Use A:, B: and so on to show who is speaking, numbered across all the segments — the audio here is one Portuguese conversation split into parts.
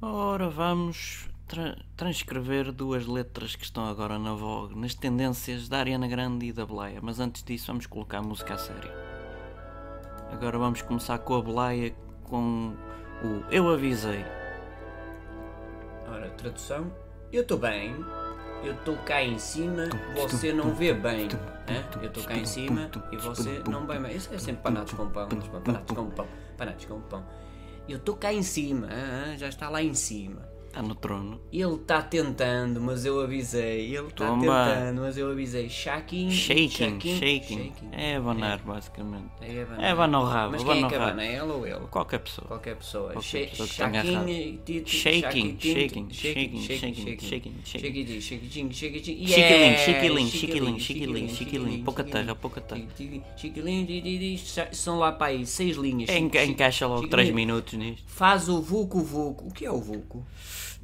A: Agora vamos tra- transcrever duas letras que estão agora na vogue, nas tendências da Ariana Grande e da Blaia, mas antes disso vamos colocar a música a sério. Agora vamos começar com a Blaia com o Eu Avisei.
B: Ora, tradução. Eu estou bem, eu estou cá em cima, você não vê bem. Hã? Eu estou cá em cima e você não vê bem. Isso é sempre panados com pão, mas panados com pão, panados com pão. Eu estou cá em cima, hã, hã, já está lá em cima.
A: Está no trono.
B: Ele está tentando, mas eu avisei. Ele está
A: Toma.
B: tentando, mas eu avisei. Shaking,
A: Hum, Shaking,
B: shaking,
A: shaking. É abanar, basicamente.
B: É
A: É abanar o rabo,
B: Mas quem é
A: abanar
B: que
A: o rabo.
B: abana? Ela ou ele?
A: Qualquer pessoa.
B: Qualquer pessoa.
A: Qualquer
B: Sha-
A: pessoa que tenha
B: shaking,
A: rabo.
B: eh, tito,
A: Shaking,
B: shaking,
A: shaking,
B: tito,
A: shaking, shaking,
B: shaking, shaking,
A: shaking,
B: shaking, shaking, shaking,
A: Chiquilim, chiquilim,
B: yeah, chiquilim,
A: chiquilim, chiquilim, chiquilim. Pouca terra, pouca terra.
B: chiquilim, chiquilim, di- di- di- sa- São lá para aí seis linhas.
A: En-
B: chiqui-
A: Encaixa logo
B: chiquilim.
A: 3 minutos nisto.
B: Faz o vulco vulco. O que é o vulco?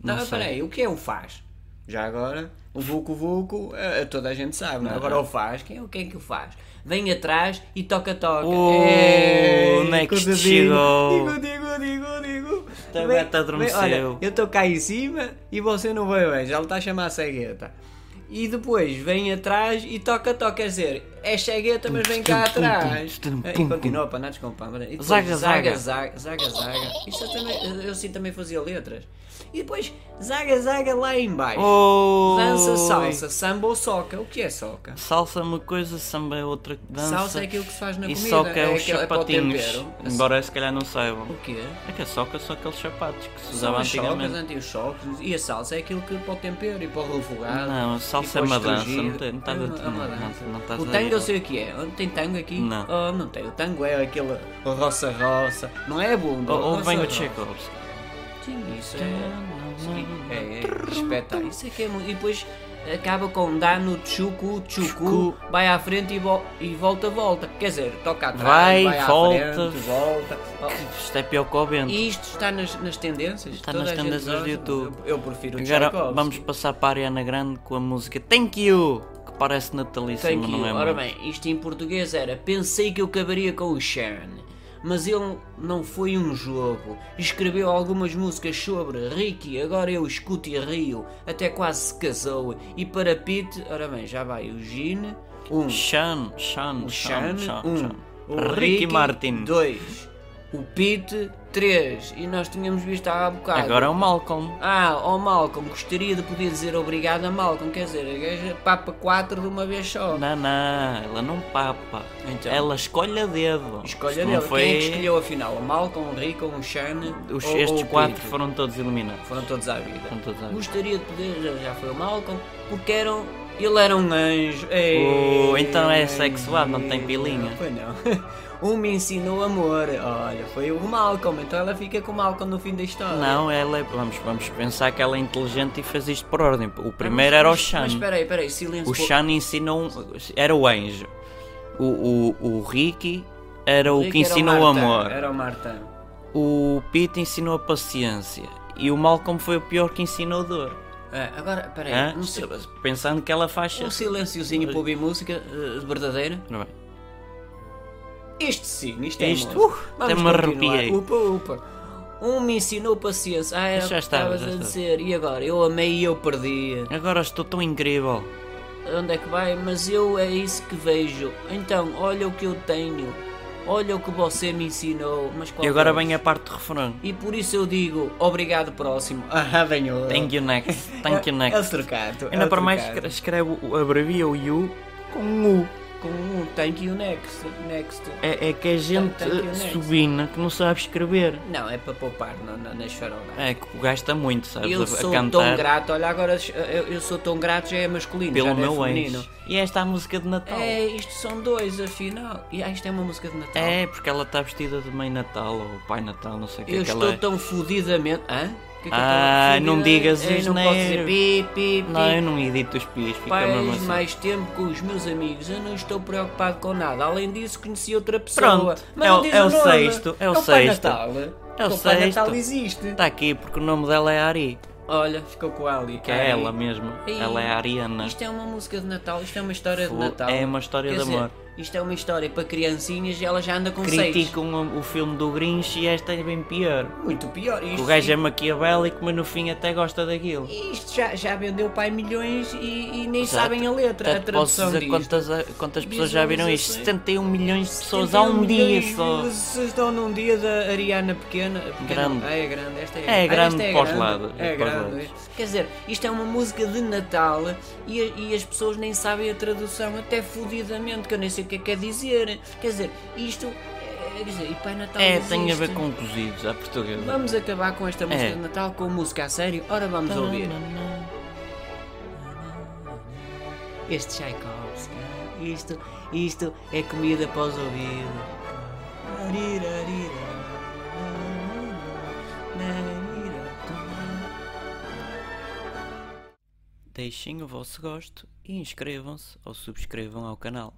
A: Não
B: Não,
A: sei.
B: peraí, o que é o faz? Já agora, o vulco vulco,
A: é,
B: eh, toda a gente sabe, não é? Agora o faz, quem é, quem é que o faz? Vem atrás e toca toca.
A: Oh,
B: Ei,
A: onde é que isto
B: coitadinho.
A: chegou?
B: Digo, digo, digo, digo.
A: Esta
B: Vem-
A: gata
B: vem, olha,
A: adormeceu.
B: eu estou cá em cima e você não vai bem, já lhe está a chamar cegueta. E depois vem atrás e toca, toca, quer dizer, é cegueta, mas vem cá
A: tum, tum,
B: atrás.
A: tum,
B: E
A: tum,
B: continua, pá, não desculpa. pá, e depois
A: Zaga, zaga.
B: zaga, zaga, zaga. Isso eu também, eu, eu sim também fazia letras. E depois, zaga, zaga lá em baixo.
A: Oh!
B: Dança, salsa, samba ou soca. O que é soca?
A: Salsa é uma coisa, samba é outra dança.
B: Salsa é aquilo que se faz na
A: e
B: comida.
A: soca é,
B: é
A: os
B: aquela- é para o
A: sapatinhos.
B: tempero.
A: Embora se calhar não saibam.
B: O quê?
A: É que a soca são aqueles sapatos que se
B: São
A: usavam
B: as chocas,
A: antigamente.
B: anti-choques. E a salsa é aquilo que para o tempero e para o refogado.
A: Não, a salsa é uma dança, não tem- não estás a-
B: É uma
A: não-
B: dança.
A: não- não estás
B: o
A: a-
B: tango eu sei o que é. Tem tango aqui?
A: Não.
B: Oh, não tem. O tango é aquele roça-roça. Não é bunda.
A: Ou, ou vem o
B: roça-roça.
A: Tchaikovsky.
B: Sim, isso é. É, é espetáculo. Isso é que é muito. E depois acaba com dá no tchucu, tchucu,
A: Tchucu.
B: vai à frente e, vo- e volta, volta. Quer dizer, toca atrás, vai,
A: Vai,
B: à
A: volta.
B: frente, volta. Oh,
A: Isto é pior que o vento.
B: E isto está nas, nas tendências?
A: Está
B: Toda
A: nas
B: a gente
A: tendências
B: gosta.
A: do YouTube.
B: Eu, eu prefiro o
A: Agora
B: Tchaikovsky.
A: vamos passar para a Ariana Grande com a música Thank You, que parece natalícia,
B: Thank
A: mas
B: you.
A: não é
B: Ora
A: muito.
B: bem, isto em português era Pensei que eu acabaria com o Sharon, mas ele não foi um jogo. Escreveu algumas músicas sobre Ricky, agora eu escuto e rio, até quase se casou. E para Pete, ora bem, já vai o Gene, um,
A: Sean, Sean,
B: o
A: Sean,
B: Sharon,
A: Sean, Sean.
B: um, o
A: Ricky Martin.
B: dois, o Pete, três, e nós tínhamos visto há bocado.
A: Agora é o Malcolm.
B: Ah, ó Malcolm, gostaria de poder dizer obrigado a Malcolm, quer dizer, a gaja papa quatro de uma vez só.
A: Não, não, ela não papa.
B: Então.
A: Ela escolhe a dedo.
B: Escolha
A: Isto
B: dele.
A: não Foi...
B: Quem é que escolheu afinal? O Malcolm, o Rico, o Shane?
A: Os,
B: ou,
A: estes
B: ou o
A: quatro
B: Pito?
A: foram todos eliminados.
B: Foram todos à vida.
A: Foram todos à vida.
B: Gostaria de poder, já foi o Malcolm, porque eram. Ele era um anjo. Ei,
A: Oh, então é sexuado, não tem pilinha.
B: Foi não. Um me ensinou amor. Olha, foi o Malcolm, então ela fica com o Malcolm no fim da história.
A: Não, ela é. Vamos, vamos pensar que ela é inteligente e fez isto por ordem. O primeiro era o Shan.
B: Mas espera aí, espera aí, silêncio.
A: O Shan ensinou. um- Era o anjo. O, o, o Ricky era o
B: Rico
A: que
B: era
A: ensinou o
B: Martin,
A: amor.
B: Era o Martin.
A: O Pete ensinou a paciência. E o Malcolm foi o pior que ensinou dor.
B: É, agora, espera aí,
A: Hã?
B: um, sil-
A: Pensando que ela faz.
B: um silênciozinho para ouvir música eh, verdadeira.
A: Ora bem.
B: Este sim, isto é
A: Isto,
B: música.
A: uh, até me
B: continuar.
A: arrepiei.
B: Upa, upa. Um me ensinou paciência. Ah, era o
A: Já
B: que
A: estava,
B: estavas
A: já
B: a
A: estava.
B: dizer. E agora? Eu amei e eu perdi.
A: Agora estou tão incrível.
B: Onde é que vai? Mas eu é isso que vejo. Então, olha o que eu tenho. Olha o que você me ensinou. Mas qual
A: E agora
B: foi?
A: vem a parte do refrão.
B: E por isso eu digo, obrigado próximo. Ah, venho.
A: Thank you next. Thank you
B: É o
A: next.
B: trocato. é
A: Ainda
B: o
A: para mais
B: trocato.
A: escre- escreve, o- abrevia o you com um U.
B: Com um thank you next. Next.
A: É, é que a gente
B: Thank you next.
A: subina que não sabe escrever.
B: Não, é para poupar na, na, nas farolas.
A: É que gasta muito, sabes?
B: Eu
A: a, a
B: sou tão
A: cantar
B: grato, olha agora eu, eu sou tão grato, já é masculino, já
A: pelo
B: não é
A: meu
B: feminino.
A: ex. E esta é a música de Natal.
B: É, isto são dois, afinal. E, ah, isto é uma música de Natal.
A: É, porque ela está vestida de Mãe Natal ou Pai Natal, não sei o que
B: eu
A: é que
B: estou
A: ela é.
B: tão fodidamente. Hã? O Que é que eu
A: Ah,
B: estou
A: não
B: fodida-
A: digas
B: Ei, Não posso dizer
A: asneiro.
B: pi, pi, pi.
A: Não, eu não edito os pias, fica mesmo
B: Pais
A: assim.
B: mais tempo com os meus amigos, eu não estou preocupado com nada. Além disso, conheci outra pessoa.
A: Pronto,
B: Mas
A: é
B: não
A: o-
B: diz
A: é o
B: nome.
A: sexto, é o
B: Pai
A: sexto.
B: Natal.
A: É o
B: o Pai Natal
A: sexto.
B: existe.
A: Está aqui porque o nome dela é Ari,
B: Olha, ficou com a Ali.
A: que é ela mesmo.
B: Ei.
A: Ela é a Ariana.
B: Isto é uma música de Natal, isto é uma história
A: Pô,
B: de Natal.
A: é uma história
B: Quer
A: de
B: dizer,
A: amor.
B: Isto é uma história para criancinhas e ela já anda com seis.
A: Criticam o- o filme do Grinch e esta é bem pior.
B: Muito pior.
A: O
B: Isto,
A: gajo é maquiavélico, mas no fim até gosta daquilo.
B: isto já, já vendeu pai milhões e, e nem
A: Exato.
B: sabem a letra, a
A: Portanto, posso
B: tradução
A: dizer
B: disto.
A: quantas, a- quantas pessoas já viram isto?
B: Visualizações.
A: 71 milhões de pessoas há um dia só.
B: Vocês estão num dia da Ariana pequena. pequena.
A: Grande.
B: Ah, é grande. Esta é,
A: É
B: Ah,
A: grande
B: esta é
A: para os
B: grande.
A: lados,
B: É
A: para os
B: grande.
A: lados.
B: Quer dizer, isto é uma música de Natal e, a- e as pessoas nem sabem a tradução, até fodidamente, que eu nem sei o que é que quer dizer. Quer dizer, isto. é- Quer dizer, e Pai Natal.
A: É,
B: existe.
A: tem a ver com cozidos à portuguesa.
B: Vamos acabar com esta música
A: É.
B: de Natal com música a sério. Ora, vamos ouvir. Este Tchaikovsky, isto, isto é comida para os ouvidos.
A: Deixem o vosso gosto e inscrevam-se ou subscrevam ao canal.